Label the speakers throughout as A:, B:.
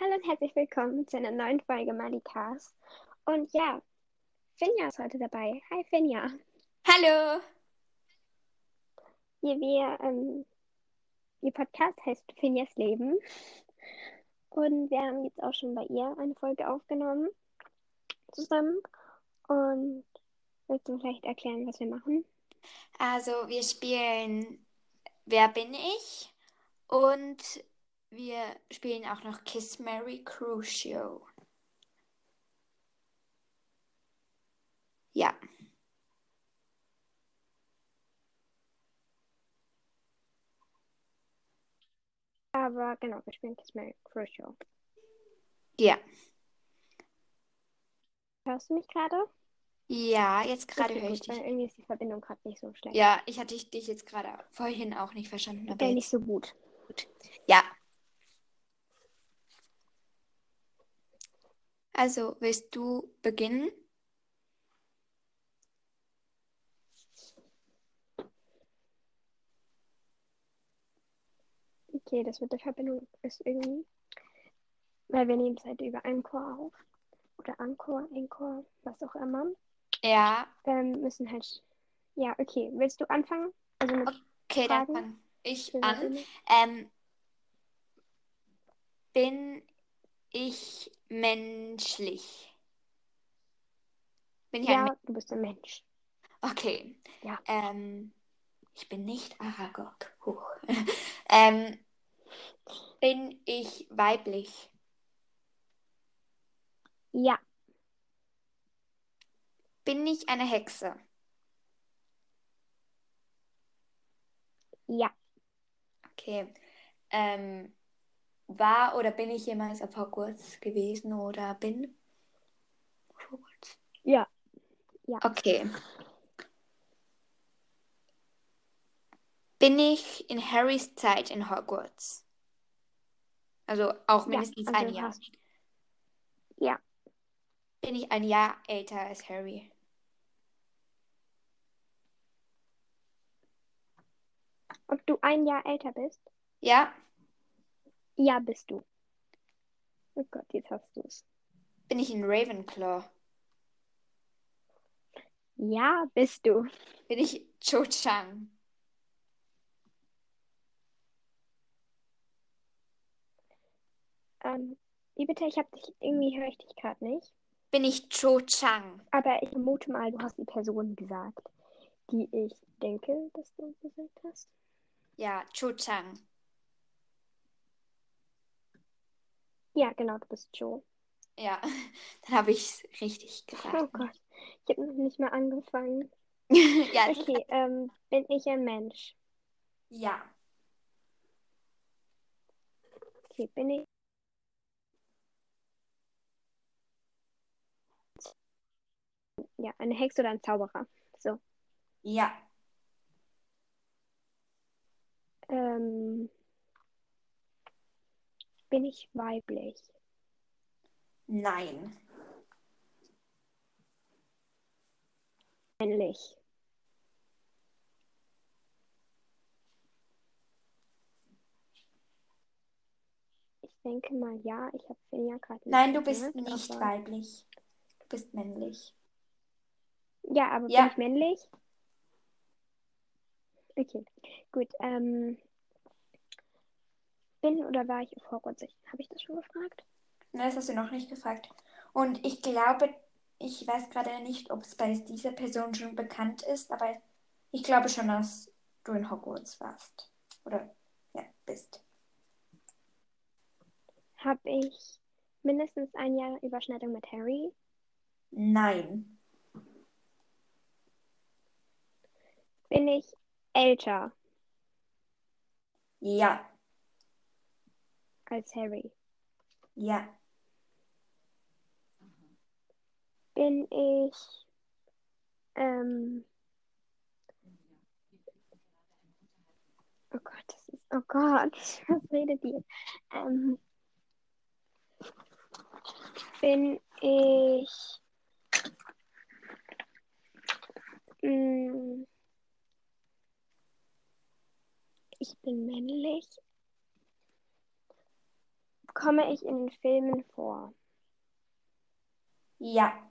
A: Hallo und herzlich willkommen zu einer neuen Folge Malicast. Und ja, Finja ist heute dabei. Hi Finja.
B: Hallo.
A: Ihr, wir, ähm, ihr Podcast heißt Finjas Leben. Und wir haben jetzt auch schon bei ihr eine Folge aufgenommen. Zusammen. Und willst du vielleicht erklären, was wir machen?
B: Also wir spielen Wer bin ich? Und wir spielen auch noch Kiss Mary Crucio. Ja.
A: Aber genau, wir spielen Kiss Mary Crucial.
B: Ja.
A: Hörst du mich gerade?
B: Ja, jetzt gerade
A: Okay,
B: höre ich
A: gut, weil
B: dich.
A: Irgendwie ist die Verbindung gerade nicht so schlecht.
B: Ja, ich hatte dich dich jetzt gerade vorhin auch nicht verstanden, aber
A: Äh,
B: jetzt.
A: nicht so gut.
B: Ja. Also, willst du beginnen?
A: Okay, das mit der Verbindung ist irgendwie. Weil wir nehmen es halt über Anchor auf. Oder Anchor, Anchor, was auch immer.
B: Ja.
A: Ähm, müssen halt. Ja, okay. Willst du anfangen? Also mit
B: Okay,
A: Fragen?
B: dann fange ich
A: Wer
B: an.
A: bin ich?
B: Ähm, bin ich menschlich? Bin ich ein
A: Ja,
B: Mensch?
A: du bist ein Mensch.
B: Okay.
A: Ja.
B: Ähm, ich bin nicht Aragog. Huch. ähm, bin ich weiblich?
A: Ja,
B: Bin ich eine Hexe?
A: ja,
B: Okay. Ähm, war oder bin ich jemals auf Hogwarts gewesen oder bin? auf Hogwarts?
A: ja, ja.
B: Okay. Bin ich in Harrys Zeit in Hogwarts? Also auch mindestens
A: ja.
B: ein
A: du
B: Jahr.
A: hast- Ja,
B: Bin ich ein Jahr älter als Harry?
A: ob du ein Jahr älter bist?
B: Ja.
A: Ja, bist du. Oh Gott, jetzt hast du es.
B: Bin ich in Ravenclaw?
A: Ja, bist du.
B: Bin ich Cho Chang?
A: Ähm, wie bitte? Ich hab dich, irgendwie höre ich dich gerade nicht.
B: Bin ich Cho Chang?
A: Aber ich vermute mal, du hast die Person gesagt, die ich denke, dass du gesagt hast.
B: Ja, Cho Chang.
A: Ja, genau, du bist Joe.
B: Ja, dann habe ich es richtig
A: Oh
B: gesagt.
A: Gott, ich habe noch nicht mal angefangen.
B: ja, das-
A: Okay, ähm, bin ich ein Mensch?
B: ja,
A: Okay, bin ich. Ja, eine Hexe oder ein Zauberer. So.
B: ja,
A: Ähm, bin ich weiblich?
B: nein,
A: Männlich. Ich denke mal ja. Ich habe Finja gerade nicht
B: nein, du bist
A: gemerkt,
B: nicht
A: aber...
B: weiblich, du bist männlich.
A: Ja, aber
B: Ja.
A: bin ich männlich? Okay, gut. Ähm, bin oder war ich auf Hogwarts? Habe ich das schon gefragt?
B: Nein, Ne, das hast du noch nicht gefragt. Und ich glaube, ich weiß gerade nicht, ob es bei dieser Person schon bekannt ist, aber ich glaube schon, dass du in Hogwarts warst oder ja bist.
A: Habe ich mindestens ein Jahr Überschneidung mit Harry?
B: Nein,
A: Bin ich älter
B: ja,
A: als Harry?
B: ja,
A: Bin ich ähm, Oh Gott, das ist. Oh Gott, was redet die? Ähm, bin ich. Mm, ich bin männlich. Komme ich in den Filmen vor?
C: Ja.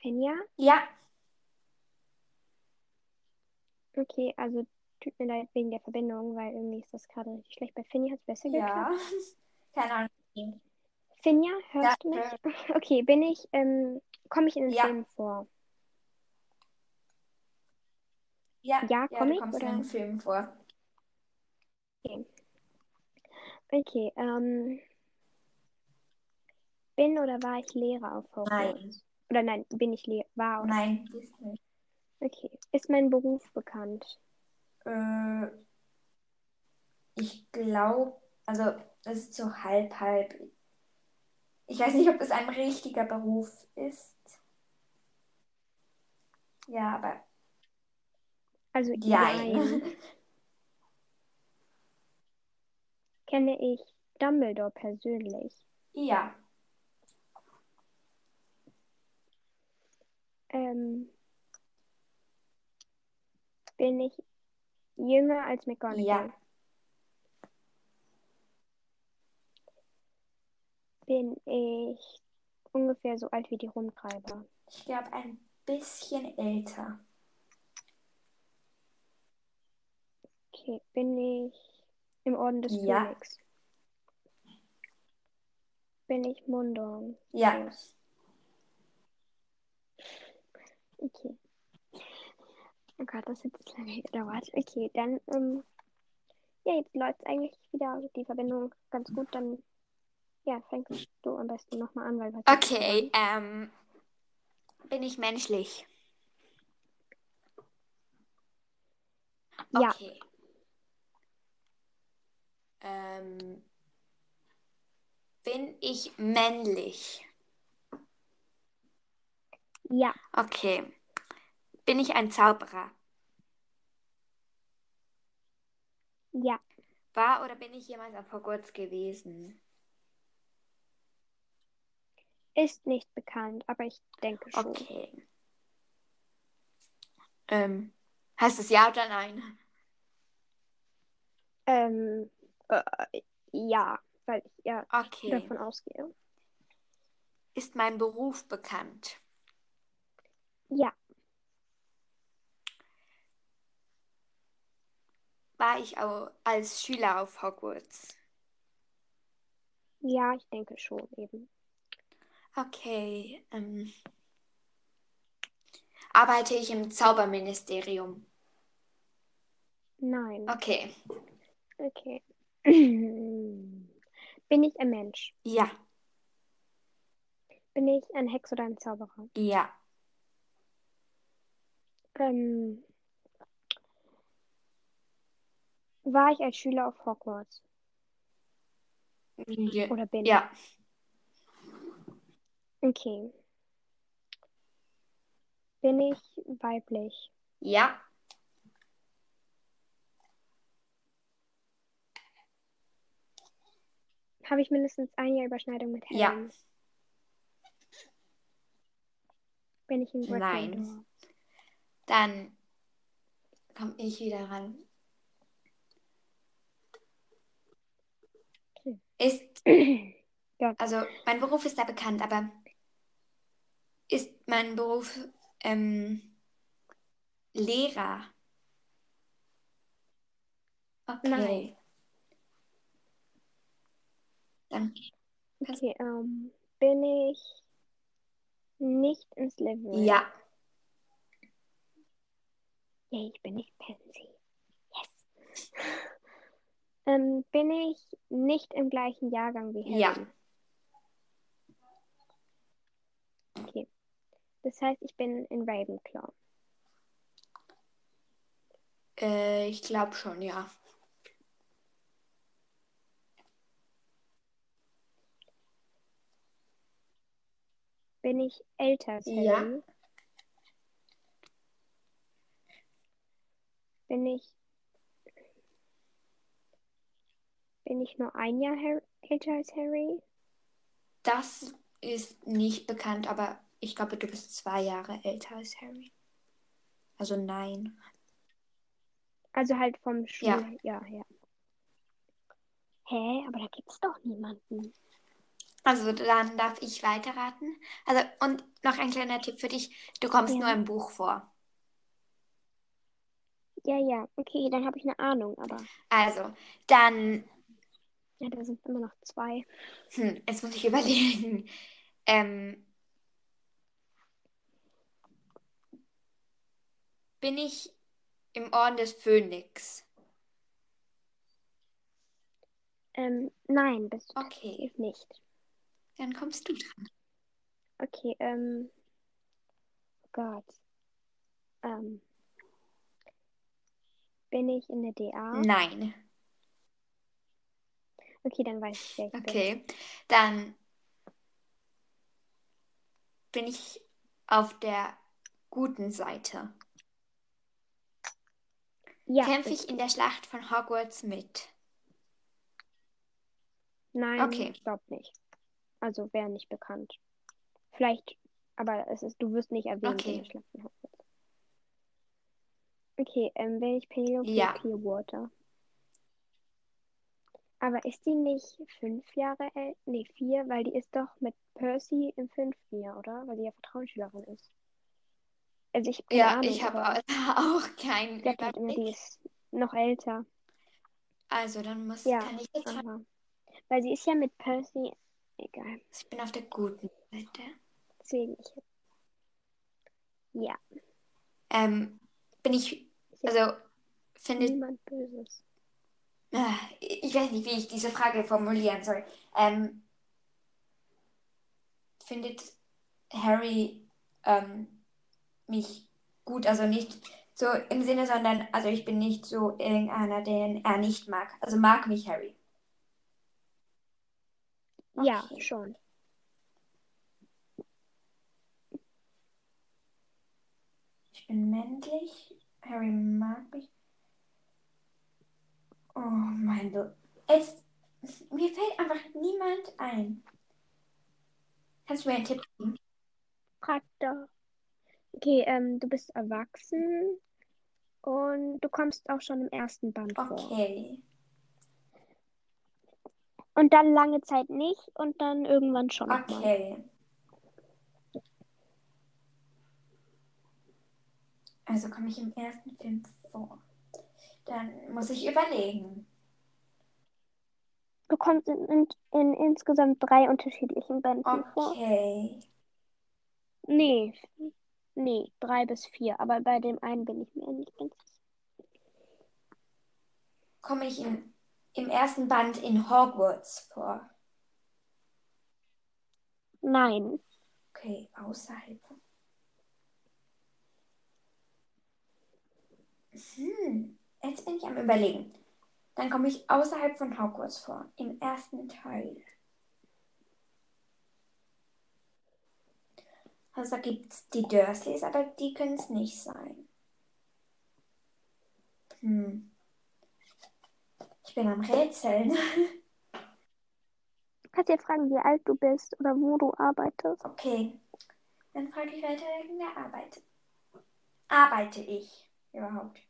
A: Finja?
C: Ja.
A: Okay, also tut mir leid wegen der Verbindung, weil irgendwie ist das gerade richtig schlecht. Bei Finja hat es besser geklappt.
C: Ja. Keine Ahnung.
A: Finja,
C: Ja,
A: hörst du mich? Okay, bin ich, ähm, komme ich in den
C: Ja.
A: Filmen vor?
C: Ja,
A: Ja, komm
C: du
A: ich,
C: kommst
A: oder?
C: in den Filmen vor.
A: Okay, ähm, bin oder war ich Lehrer auf Hogwarts?
C: Nein.
A: Oder nein, bin ich Lehrer? War oder?
C: Nein, bist nicht.
A: Okay. Ist mein Beruf bekannt?
C: Äh, ich glaube, also das ist so halb, halb. Ich weiß nicht, ob das ein richtiger Beruf ist. Ja, aber
A: Also
C: nein.
A: nein. Kenne ich Dumbledore persönlich?
C: Ja,
A: Ähm, bin ich jünger als McGonagall?
C: ja,
A: Bin ich ungefähr so alt wie die Rumtreiber?
C: ich glaube ein bisschen älter.
A: Okay, bin ich im Orden des
C: Ja.
A: Phönix? Bin ich Mundorn?
C: Ja,
A: Okay. Oh Gott, das hat jetzt lange gedauert. Okay, dann, ähm, ja, jetzt läuft eigentlich wieder die Verbindung ganz gut. Dann, ja, fängst du am besten nochmal an, weil wir-
B: Okay, ähm, bin ich menschlich?
A: Ja.
B: Okay. Ähm, bin ich männlich?
A: Ja,
B: Okay. Bin ich ein Zauberer?
A: ja,
B: War oder bin ich jemals auf Hogwarts gewesen?
A: ist nicht bekannt, aber ich denke schon.
B: Okay. Ähm, heißt es ja oder nein?
A: Ähm, äh, ja, weil ich ja
B: Okay.
A: davon ausgehe.
B: Ist mein Beruf bekannt?
A: Ja,
B: War ich au- als Schüler auf Hogwarts?
A: ja, ich denke schon eben.
B: Okay. Ähm, arbeite ich im Zauberministerium?
A: Nein,
B: Okay.
A: okay. Bin ich ein Mensch?
B: Ja.
A: Bin ich ein Hex oder ein Zauberer?
B: Ja.
A: Ähm, war ich als Schüler auf Hogwarts?
B: Ja.
A: Oder bin
B: ja.
A: ich? Okay. Bin ich weiblich?
B: Ja.
A: Habe ich mindestens ein Jahr Überschneidung mit
B: Ja.
A: Helen? Bin ich in Gryffindor?
B: Nein. Dann komme ich wieder ran.
A: Okay.
B: Ist,
A: Ja.
B: also mein Beruf ist da bekannt, aber ist mein Beruf ähm, Lehrer? Okay.
A: Nein.
B: Dann,
A: Okay, ähm, bin ich nicht in Slytherin?
B: ja,
A: Yay, ich bin nicht Pansy. Yes. ähm, bin ich nicht im gleichen Jahrgang wie Harry?
B: ja,
A: Das heißt, ich bin in Ravenclaw.
B: äh, ich glaube schon, ja.
A: Bin ich älter als
B: Ja.
A: Harry? Bin ich. Bin ich nur ein Jahr Har älter als Harry?
B: Das ist nicht bekannt, aber
D: Ich glaube, du bist zwei Jahre älter als Harry. Also nein.
A: Also halt vom Schuljahr her. Hä? Aber da gibt's doch niemanden.
D: Also dann darf ich weiterraten. Also, und noch ein kleiner Tipp für dich. Du kommst
A: Ja.
D: nur im Buch vor.
A: Ja, ja. Okay, dann habe ich eine Ahnung, aber
D: Also, dann
A: ja, da sind immer noch zwei.
D: Hm, jetzt muss ich überlegen. Ähm, bin ich im Orden des Phönix?
A: Ähm, nein, bist du
D: Okay,
A: definitiv nicht.
D: dann kommst du dran.
A: Okay, ähm. Oh Gott. Ähm. Bin ich in der DA?
D: Nein.
A: Okay, dann weiß ich, wer ich bin.
D: Okay, dann bin ich auf der guten Seite.
A: Ja,
D: Kämpfe
A: bist-
D: ich in der Schlacht von Hogwarts mit?
A: Nein,
D: Okay.
A: ich glaube nicht. Also wäre nicht bekannt. Vielleicht, aber es ist, du wirst nicht erwähnt
D: Okay.
A: in der schlechten Hochzeit. Okay, ähm, bin ich Penelope
D: Ja.
A: Clearwater? Aber ist die nicht fünf Jahre alt? Nee, vier, weil die ist doch mit Percy im fünften Jahr, oder? Weil die ja Vertrauensschülerin ist. Also ich hab keine
D: Ja,
A: Ahnung,
D: ich habe
A: aber
D: auch keinen
A: ich glaub, halt immer, die
D: Überblick.
A: ist noch älter.
D: Also, dann muss,
A: Ja,
D: kann ich jetzt
A: Aber, weil sie ist ja mit Percy, egal.
D: Ich bin auf der guten Seite.
A: Deswegen, ich. Ja,
D: Ähm, bin ich, also finde,
A: niemand Böses.
D: äh, ich weiß nicht, wie ich diese Frage formulieren soll. Ähm, findet Harry ähm, mich gut, also nicht so im Sinne, sondern, also ich bin nicht so irgendeiner, den er nicht mag. Also mag mich Harry.
A: Ja,
D: Okay.
A: schon.
B: Ich bin männlich. Harry mag mich. Oh mein Gott. Es, mir fällt einfach niemand ein. Kannst du mir einen Tipp geben?
A: Frag doch. Okay, ähm, du bist erwachsen und du kommst auch schon im ersten Band vor.
B: Okay.
A: Und dann lange Zeit nicht und dann irgendwann schon nochmal.
B: Okay. Also komme ich im ersten Film vor. Dann muss ich überlegen.
A: Du kommst in, in, in insgesamt drei unterschiedlichen Bänden vor.
B: Okay.
A: Nee, nee, drei bis vier, aber bei dem einen bin ich mir nicht ganz sicher.
B: Komme ich in, im ersten Band in Hogwarts vor?
A: Nein,
B: Okay, außerhalb. von- Hm, jetzt bin ich am Überlegen. Dann komme ich außerhalb von Hogwarts vor, im ersten Teil. Also da gibt es die Dursleys, aber die können es nicht sein. Hm. Ich bin am Rätseln.
A: du kannst ja fragen, wie alt du bist oder wo du arbeitest.
B: Okay. Dann frage ich weiter wegen der Arbeit. Arbeite ich überhaupt?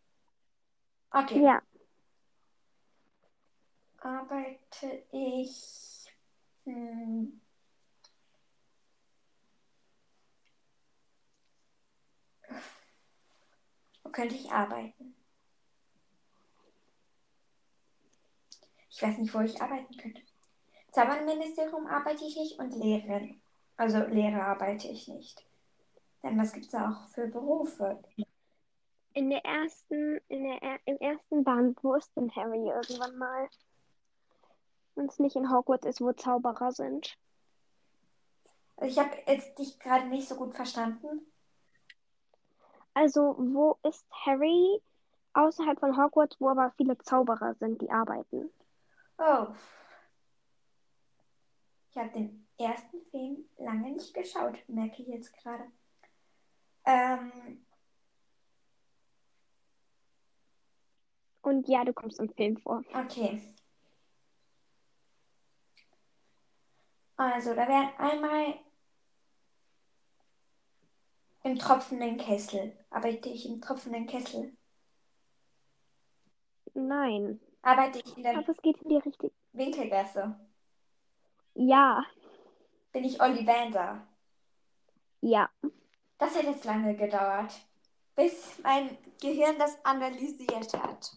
B: Okay.
A: Ja,
B: Arbeite ich. Hm. Wo könnte ich arbeiten? Ich weiß nicht, wo ich arbeiten könnte. Zaubernministerium arbeite ich nicht und Lehrerin. Also Lehrer arbeite ich nicht. Denn was gibt es da auch für Berufe?
A: In der ersten, in der, er- im ersten Band, wo ist denn Harry irgendwann mal? Wenn es nicht in Hogwarts ist, wo Zauberer sind.
B: Also ich habe jetzt dich gerade nicht so gut verstanden.
A: Also, wo ist Harry außerhalb von Hogwarts, wo aber viele Zauberer sind, die arbeiten?
B: Oh. Ich habe den ersten Film lange nicht geschaut, merke ich jetzt gerade. Ähm,
A: Und ja, du kommst im Film vor.
B: okay. Also, da wären einmal Im tropfenden Kessel. Arbeite ich im tropfenden Kessel?
A: Nein.
B: Arbeite ich in der
A: Aber es geht in die richtige.
B: Winkelgasse?
A: Ja,
B: Bin ich Ollivander?
A: ja.
B: Das hat jetzt lange gedauert, bis mein Gehirn das analysiert hat.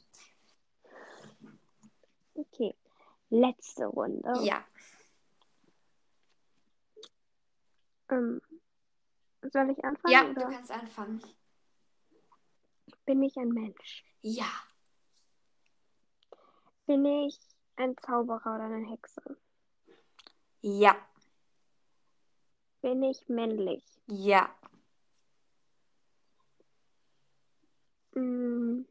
A: Okay. Letzte Runde.
B: Ja.
A: Ähm, soll ich anfangen?
B: Ja, du
A: Oder
B: kannst anfangen.
A: bin ich ein Mensch?
B: Ja.
A: Bin ich ein Zauberer oder eine Hexe?
B: Ja.
A: Bin ich männlich?
B: Ja.
A: Mm.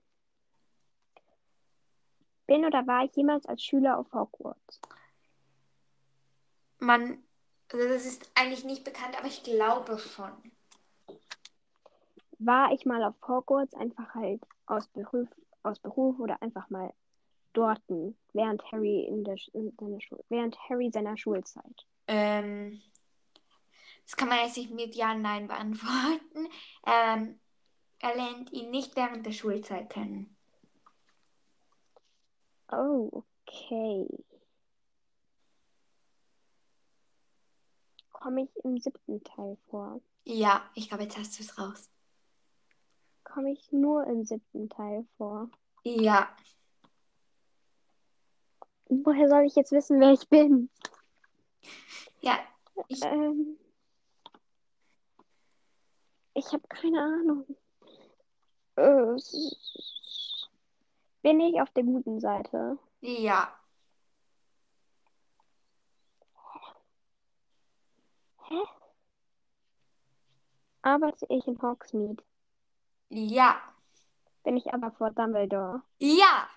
A: Bin oder war ich jemals als Schüler auf Hogwarts?
B: Man, also das ist eigentlich nicht bekannt, aber ich glaube schon.
A: War ich mal auf Hogwarts einfach halt aus Beruf, aus Beruf oder einfach mal dorten, während Harry in der Sch- in seiner Schul während Harry seiner Schulzeit?
B: Ähm, das kann man jetzt nicht mit Ja, Nein beantworten. Ähm, er lernt ihn nicht während der Schulzeit kennen.
A: Oh, okay. Komme ich im siebten Teil vor?
B: Ja, ich glaube, jetzt hast du es raus.
A: Komme ich nur im siebten Teil vor?
B: Ja.
A: Woher soll ich jetzt wissen, wer ich bin?
B: Ja,
A: Ähm, ich habe keine Ahnung. Äh, s- bin ich auf der guten Seite?
B: ja.
A: Arbeite ich in Hogsmeade?
B: Ja.
A: Bin ich aber vor Dumbledore?
B: Ja!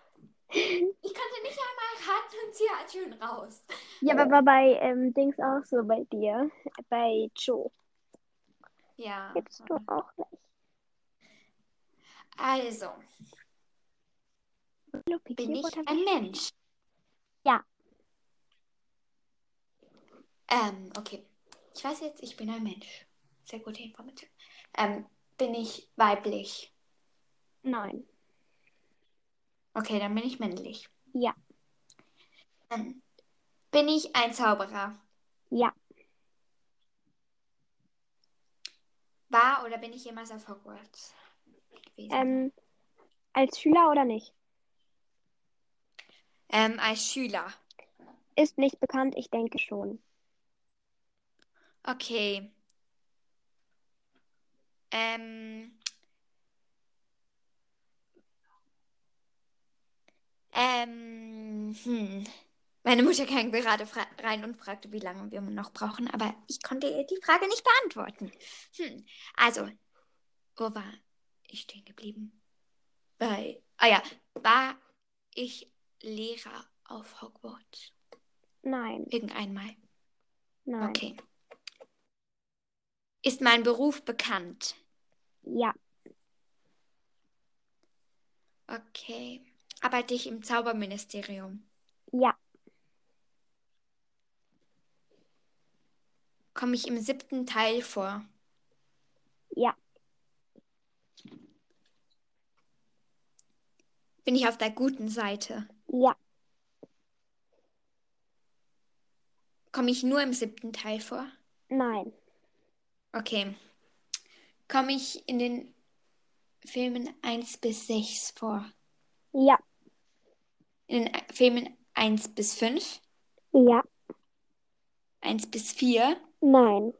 B: Ich konnte nicht einmal raten und sie hat schön raus.
A: Ja, aber war bei ähm, Dings auch so bei dir. Bei Joe.
B: Ja.
A: Gibst du auch recht.
B: Also,
A: Lupi,
B: bin ich
A: Keyboard hab
B: ein Mensch?
A: Ja.
B: Ähm, okay. Ich weiß jetzt, ich bin ein Mensch. Sehr gute Information. Ähm, bin ich weiblich?
A: Nein.
B: Okay, dann bin ich männlich.
A: Ja.
B: Ähm, bin ich ein Zauberer?
A: Ja.
B: War oder bin ich jemals auf Hogwarts gewesen?
A: Ähm, als Schüler oder nicht?
B: ähm, als Schüler.
A: Ist nicht bekannt, ich denke schon.
B: Okay. Ähm. Ähm. Hm. Meine Mutter kam gerade fra- rein und fragte, wie lange wir noch brauchen, aber ich konnte ihr die Frage nicht beantworten. Hm. Also, wo war ich stehen geblieben? Bei. Ah ja, war ich Lehrer auf Hogwarts?
A: Nein,
B: Irgendeinmal.
A: nein.
B: Okay. Ist mein Beruf bekannt?
A: Ja,
B: Okay. Arbeite ich im Zauberministerium?
A: ja,
B: Komme ich im siebten Teil vor?
A: ja,
B: Bin ich auf der guten Seite?
A: ja,
B: Komme ich nur im siebten Teil vor?
A: nein,
B: Okay. Komme ich in den Filmen 1 bis 6 vor?
A: ja,
B: In den Filmen 1 bis 5?
A: ja,
B: 1 bis 4?
A: nein,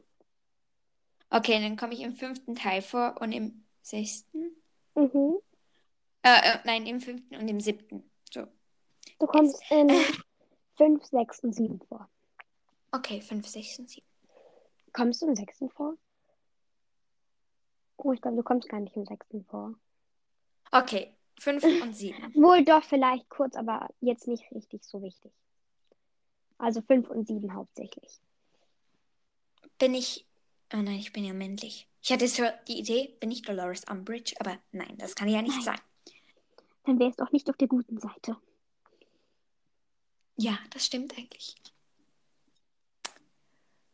B: Okay, dann komme ich im fünften Teil vor und im sechsten?
A: mhm.
B: Äh, äh, nein, im fünften und im siebten. So.
A: Du kommst in 5, 6 und 7 vor.
B: Okay, 5, 6 und 7.
A: Kommst du im 6. vor? Oh, ich glaube, du kommst gar nicht im 6. vor.
B: Okay, fünf und sieben.
A: Wohl doch, vielleicht kurz, aber jetzt nicht richtig so wichtig. Also 5 und 7 hauptsächlich.
B: Bin ich. Oh nein, ich bin ja männlich. Ich hatte so die Idee, bin ich Dolores Umbridge, aber nein, das kann ja nicht
A: Nein.
B: sein.
A: Dann wärst du auch nicht auf der guten Seite.
B: Ja, das stimmt eigentlich.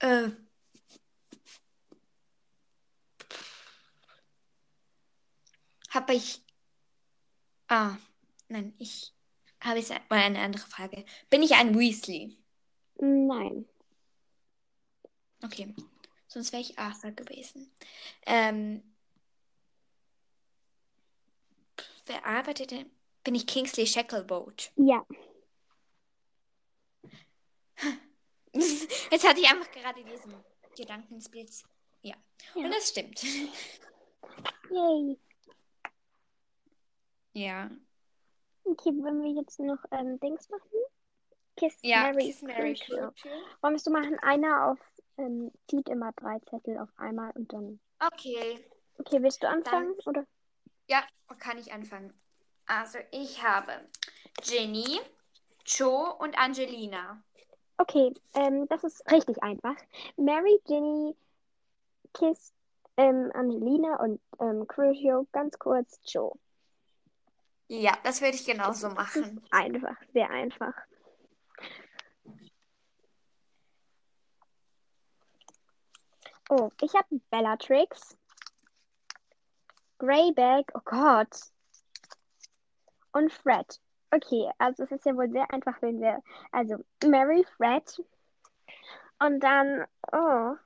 B: Äh. Aber ich. Ah, nein, ich habe jetzt mal eine andere Frage. Bin ich ein Weasley?
A: Nein.
B: Okay. Sonst wäre ich Arthur gewesen. Ähm, wer arbeitet denn? Bin ich Kingsley Shacklebolt?
A: Ja.
B: Jetzt hatte ich einfach gerade diesen Gedankensblitz. Ja.
A: Ja.
B: Und das stimmt.
A: Yay.
B: Ja.
A: Okay, wollen wir jetzt noch ähm, Dings machen? Kiss
B: Ja,
A: Mary,
B: Kiss Mary
A: Kill.
B: Kill.
A: Wollen wir es so machen? Einer auf, ähm, zieht immer drei Zettel auf einmal und dann.
B: Okay.
A: Okay, willst du anfangen? Oder?
B: Ja, kann ich anfangen. Also, ich habe Jenny, Joe und Angelina.
A: Okay, ähm, das ist richtig einfach. Mary, Ginny, Kiss, ähm, Angelina und ähm, Crucio, ganz kurz, Joe.
B: Ja, das würde ich genauso machen.
A: Einfach, sehr einfach. Oh, ich habe Bellatrix, Greyback, oh Gott, und Fred. Okay, also es ist ja wohl sehr einfach, wenn wir, also Mary, Fred und dann, oh,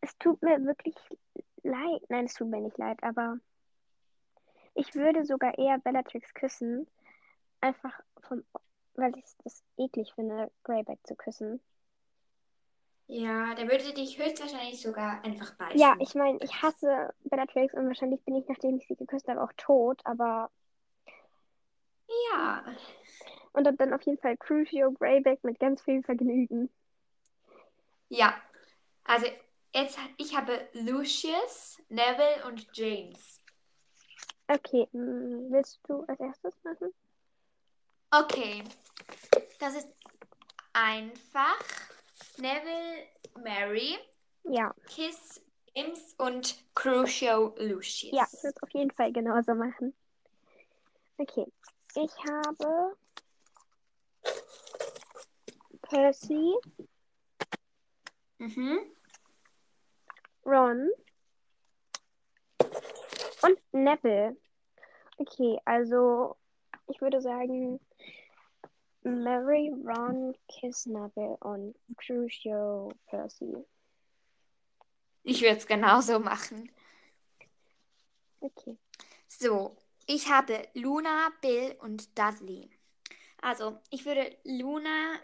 A: es tut mir wirklich leid, nein, es tut mir nicht leid, aber ich würde sogar eher Bellatrix küssen, einfach vom, weil ich das eklig finde, Greyback zu küssen.
B: Ja, der würde dich höchstwahrscheinlich sogar einfach beißen.
A: Ja, ich meine, ich hasse Bellatrix und wahrscheinlich bin ich, nachdem ich sie geküsst habe, auch tot, aber.
B: Ja.
A: Und dann- dann auf jeden Fall Crucio Greyback mit ganz viel Vergnügen.
B: Ja. Also, jetzt, ich habe Lucius, Neville und James.
A: Okay, mm, willst du als erstes machen?
B: Okay. Das ist einfach. Neville, Mary,
A: Ja,
B: Kiss, James und Crucio, Lucius.
A: ja, ich würde es auf jeden Fall genauso machen. Okay, ich habe Percy,
B: Mhm.
A: Ron und Neville. Okay, also ich würde sagen Mary, Ron, Kiss, Neville und Crucio, Percy.
B: Ich würde es genauso machen.
A: Okay.
B: So, ich habe Luna, Bill und Dudley. Also, ich würde Luna,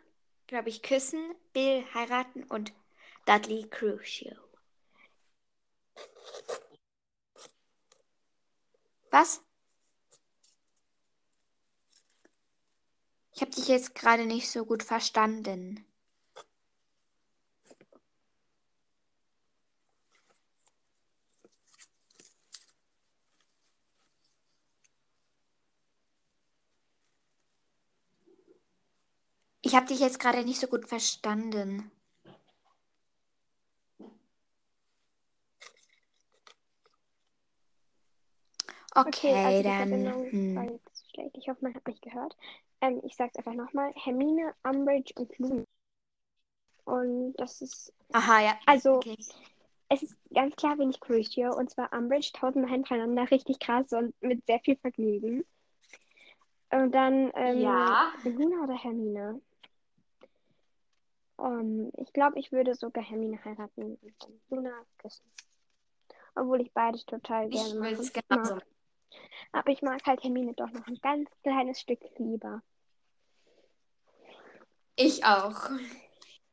B: glaube ich, küssen, Bill heiraten und Dudley Crucio. Was? Ich habe dich jetzt gerade nicht so gut verstanden. Ich habe dich jetzt gerade nicht so gut verstanden. Okay,
A: also die
B: dann.
A: Verbindung
B: hm.
A: war jetzt schlecht. Ich hoffe, man hat mich gehört. Ähm, ich sag's einfach nochmal. Hermine, Umbridge und Luna. Und das ist,
B: Aha, ja.
A: also
B: Okay.
A: es ist ganz klar, wen ich Crucio. Und zwar Umbridge tausendmal hintereinander, richtig krass und mit sehr viel Vergnügen. Und dann, ähm,
B: Ja.
A: Luna oder Hermine? Ähm, ich glaube, ich würde sogar Hermine heiraten und dann Luna küssen. Obwohl ich beide total
B: Ich
A: gerne
B: würde es
A: machen
B: genauso.
A: mag. Aber ich mag halt Hermine doch noch ein ganz kleines Stück lieber.
B: Ich auch.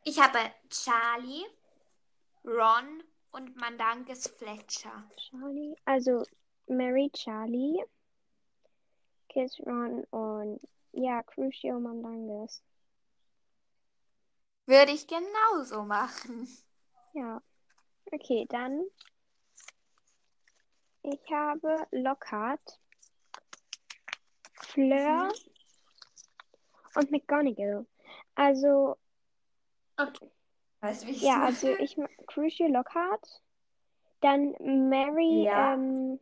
B: Ich habe Charlie, Ron und Mandanges Fletcher.
A: Charlie. Also Mary Charlie, Kiss Ron und ja, Crucio Mandangas.
B: Würde ich genauso machen.
A: Ja. Okay, dann. Ich habe Lockhart, Fleur
B: Mhm.
A: und McGonagall. Also,
D: Weißt du, wie ich
A: ja, also ich ma- Crucio Lockhart, dann Mary,
D: Ja.
A: ähm,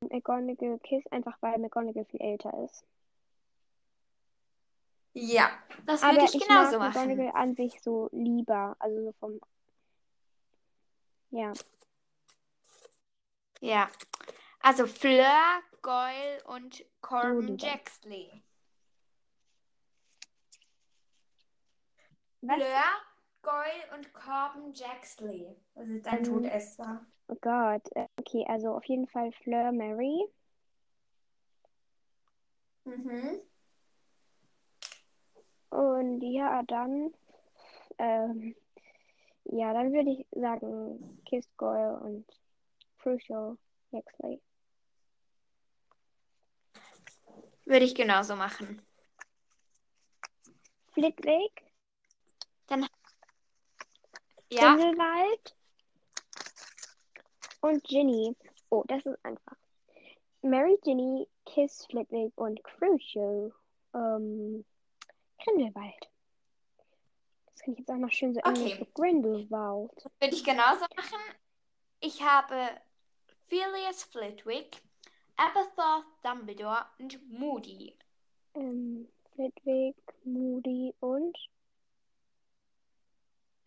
A: McGonagall Kiss, einfach weil McGonagall viel älter ist.
D: Ja.
B: Das
A: Aber
B: würde ich
A: ich
B: genauso
A: mag
B: machen.
A: McGonagall an sich so lieber, also so vom, ja.
B: Ja. Also Fleur, Goyle und Corbin
A: lieber.
B: Jaxley.
A: Was?
B: Fleur, Goyle und Corbin Jaxley. Das ist ein
A: Mhm.
B: Todesser.
A: Oh Gott. Äh, Okay, also auf jeden Fall Fleur Mary.
B: Mhm.
A: Und ja, dann. Ähm, ja, dann würde ich sagen Kiss Goyle und Crucial Lexley.
B: Würde ich genauso machen.
A: Flitwick,
B: Ja.
A: Grindelwald und Ginny. Oh, das ist einfach. Mary, Ginny, Kiss, Flitwick und Crucial. Ähm, Grindelwald. Das kann ich jetzt auch noch schön so
B: Okay.
A: englisch. so Grindelwald.
B: Würde ich genauso machen. Ich habe Phileas Flitwick, Aberforth Dumbledore und Moody.
A: Ähm, Flitwick, Moody und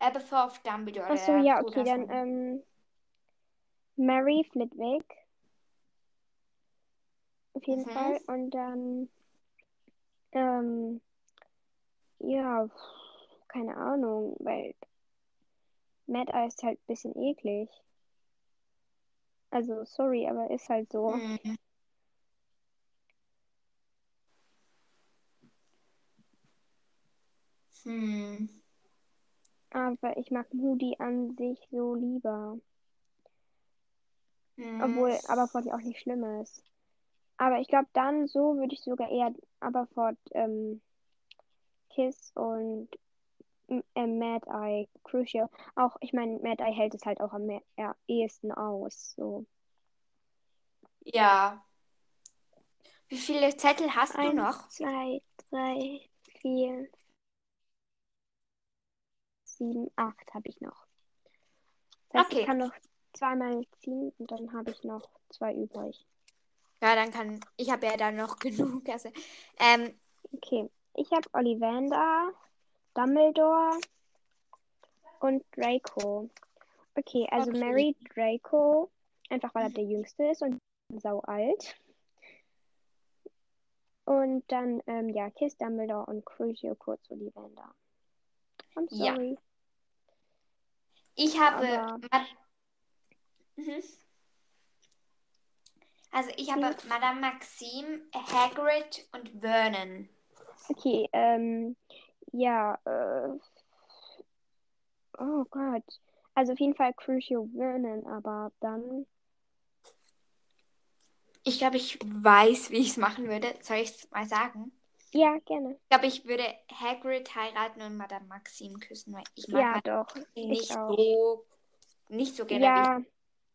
B: Aberforth Dumbledore.
A: Achso,
B: der
A: ja,
B: Bruder
A: okay, dann
B: von-
A: ähm, Mary Flitwick. Auf jeden
B: Mhm.
A: Fall. Und dann, ähm, ja, pff, keine Ahnung, weil Mad Eye ist halt ein bisschen eklig. Also, sorry, aber ist halt so.
B: Hm. Hm.
A: Aber ich mag Moody an sich so lieber.
B: Hm.
A: Obwohl Aberford ja auch nicht schlimm ist. Aber ich glaube, dann so würde ich sogar eher Aberford ähm, Kiss und m- äh, Mad Eye Crucial. Auch, ich meine, Mad Eye hält es halt auch am me- ja, ehesten aus. So.
B: Ja. Wie viele Zettel hast
A: Eins,
B: du noch?
A: zwei, drei, vier, sieben, acht habe ich noch. Das heißt,
B: Okay.
A: ich kann noch zweimal ziehen und dann habe ich noch zwei übrig.
B: Ja, dann kann. Ich habe ja dann noch genug. Also, ähm,
A: Okay, ich habe Ollivander, Dumbledore und Draco. Okay, also
B: Okay.
A: Mary Draco, einfach weil er der Jüngste ist und sau alt. Und dann, ähm, ja, Kiss Dumbledore und Crucio kurz Ollivander. I'm
B: Ja.
A: sorry.
B: ich habe.
A: Aber-
B: Ma- Mhm. Also ich habe Madame Maxim, Hagrid und Vernon.
A: Okay, ähm, ja, äh, oh Gott. Also auf jeden Fall Crucio Vernon, aber dann,
B: Ich glaube, ich weiß, wie ich es machen würde. Soll ich es mal sagen?
A: ja, gerne.
B: Ich glaube, ich würde Hagrid heiraten und Madame Maxim küssen, weil ich mag
A: Ja,
B: Madame
A: doch.
B: Maxim
A: ich
B: nicht
A: auch.
B: so nicht so gerne.
A: Ja,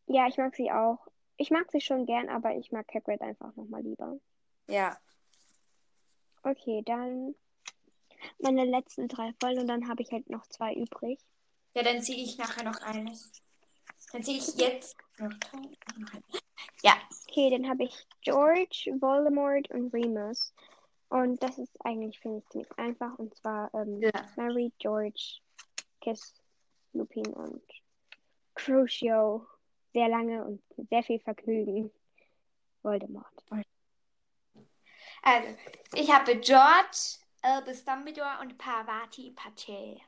A: ja, ich mag sie auch. Ich mag sie schon gern, aber ich mag Hagrid einfach nochmal lieber.
B: wie- ja.
A: Okay, dann meine letzten drei voll und dann habe ich halt noch zwei übrig.
B: Ja, dann ziehe ich nachher noch eines. Dann ziehe ich jetzt noch drei.
A: Okay, dann habe ich George, Voldemort und Remus. Und das ist eigentlich, finde ich, ziemlich einfach. Und zwar ähm,
B: Ja.
A: Mary, George, Kiss, Lupin und Crucio. Sehr lange und mit sehr viel Vergnügen. Voldemort.
B: Also, ich habe George, Albus Dumbledore und Parvati Patel.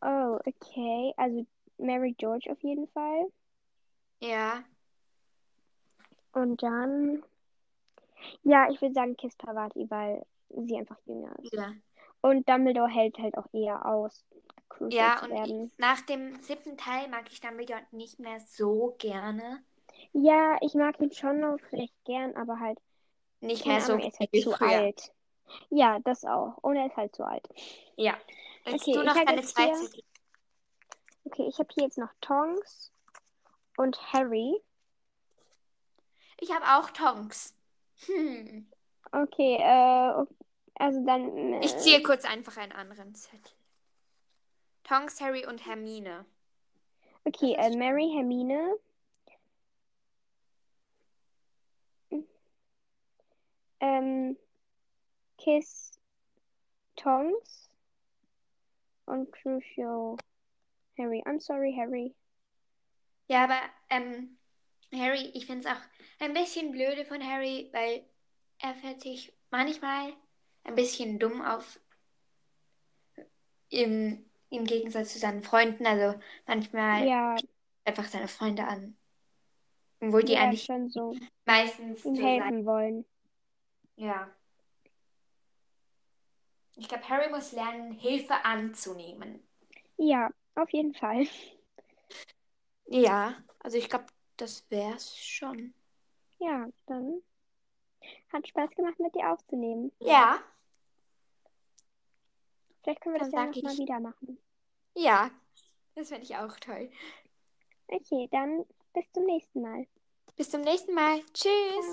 A: Oh, okay. Also Mary George auf jeden Fall.
B: Ja.
A: Und dann. Ja, ich würde sagen Kiss Parvati, weil sie einfach jünger ist.
B: Ja.
A: Und Dumbledore hält halt auch eher aus, Crucial
B: Ja,
A: zu
B: und
A: werden.
B: ich, nach dem siebten Teil mag ich Dumbledore nicht mehr so gerne.
A: Ja, ich mag ihn schon noch recht gern, aber halt,
B: Nicht
A: keine
B: mehr so
A: Ahnung, er ist halt
B: wie
A: zu
B: früher.
A: alt. Ja, das auch. Und er ist halt zu alt.
B: Ja. Willst
A: Okay,
B: du
A: ich
B: noch
A: hab
B: deine
A: jetzt
B: zwei
A: hier-
B: Zettel?
A: Okay, ich habe hier jetzt noch Tonks und Harry.
B: Ich habe auch Tonks. Hm.
A: Okay, äh, also dann. Äh,
B: Ich ziehe kurz einfach einen anderen Zettel. Tonks, Harry und Hermine.
A: Okay,
B: Das ist
A: äh, Mary Hermine. Ähm, Kiss Tongs und Crucio Harry. I'm sorry, Harry.
B: Ja, aber ähm, Harry, ich finde es auch ein bisschen blöde von Harry, weil er fällt sich manchmal ein bisschen dumm auf im, im Gegensatz zu seinen Freunden. Also manchmal
A: Ja,
B: einfach seine Freunde an. Obwohl die
A: die ja
B: eigentlich
A: schon so
B: meistens so
A: ihm
B: sein.
A: helfen wollen.
E: Ja. Ich glaube, Harry muss lernen, Hilfe anzunehmen.
A: Ja, auf jeden Fall.
B: Ja, also ich glaube, das wär's schon.
A: Ja, dann hat Spaß gemacht, mit dir aufzunehmen.
B: Ja,
A: Vielleicht können wir das
B: Dann
A: ja
B: sag
A: nochmal
B: ich-
A: wieder machen.
B: ja. Das fände ich auch toll.
A: Okay, dann bis zum nächsten Mal.
B: Bis zum nächsten Mal. Tschüss.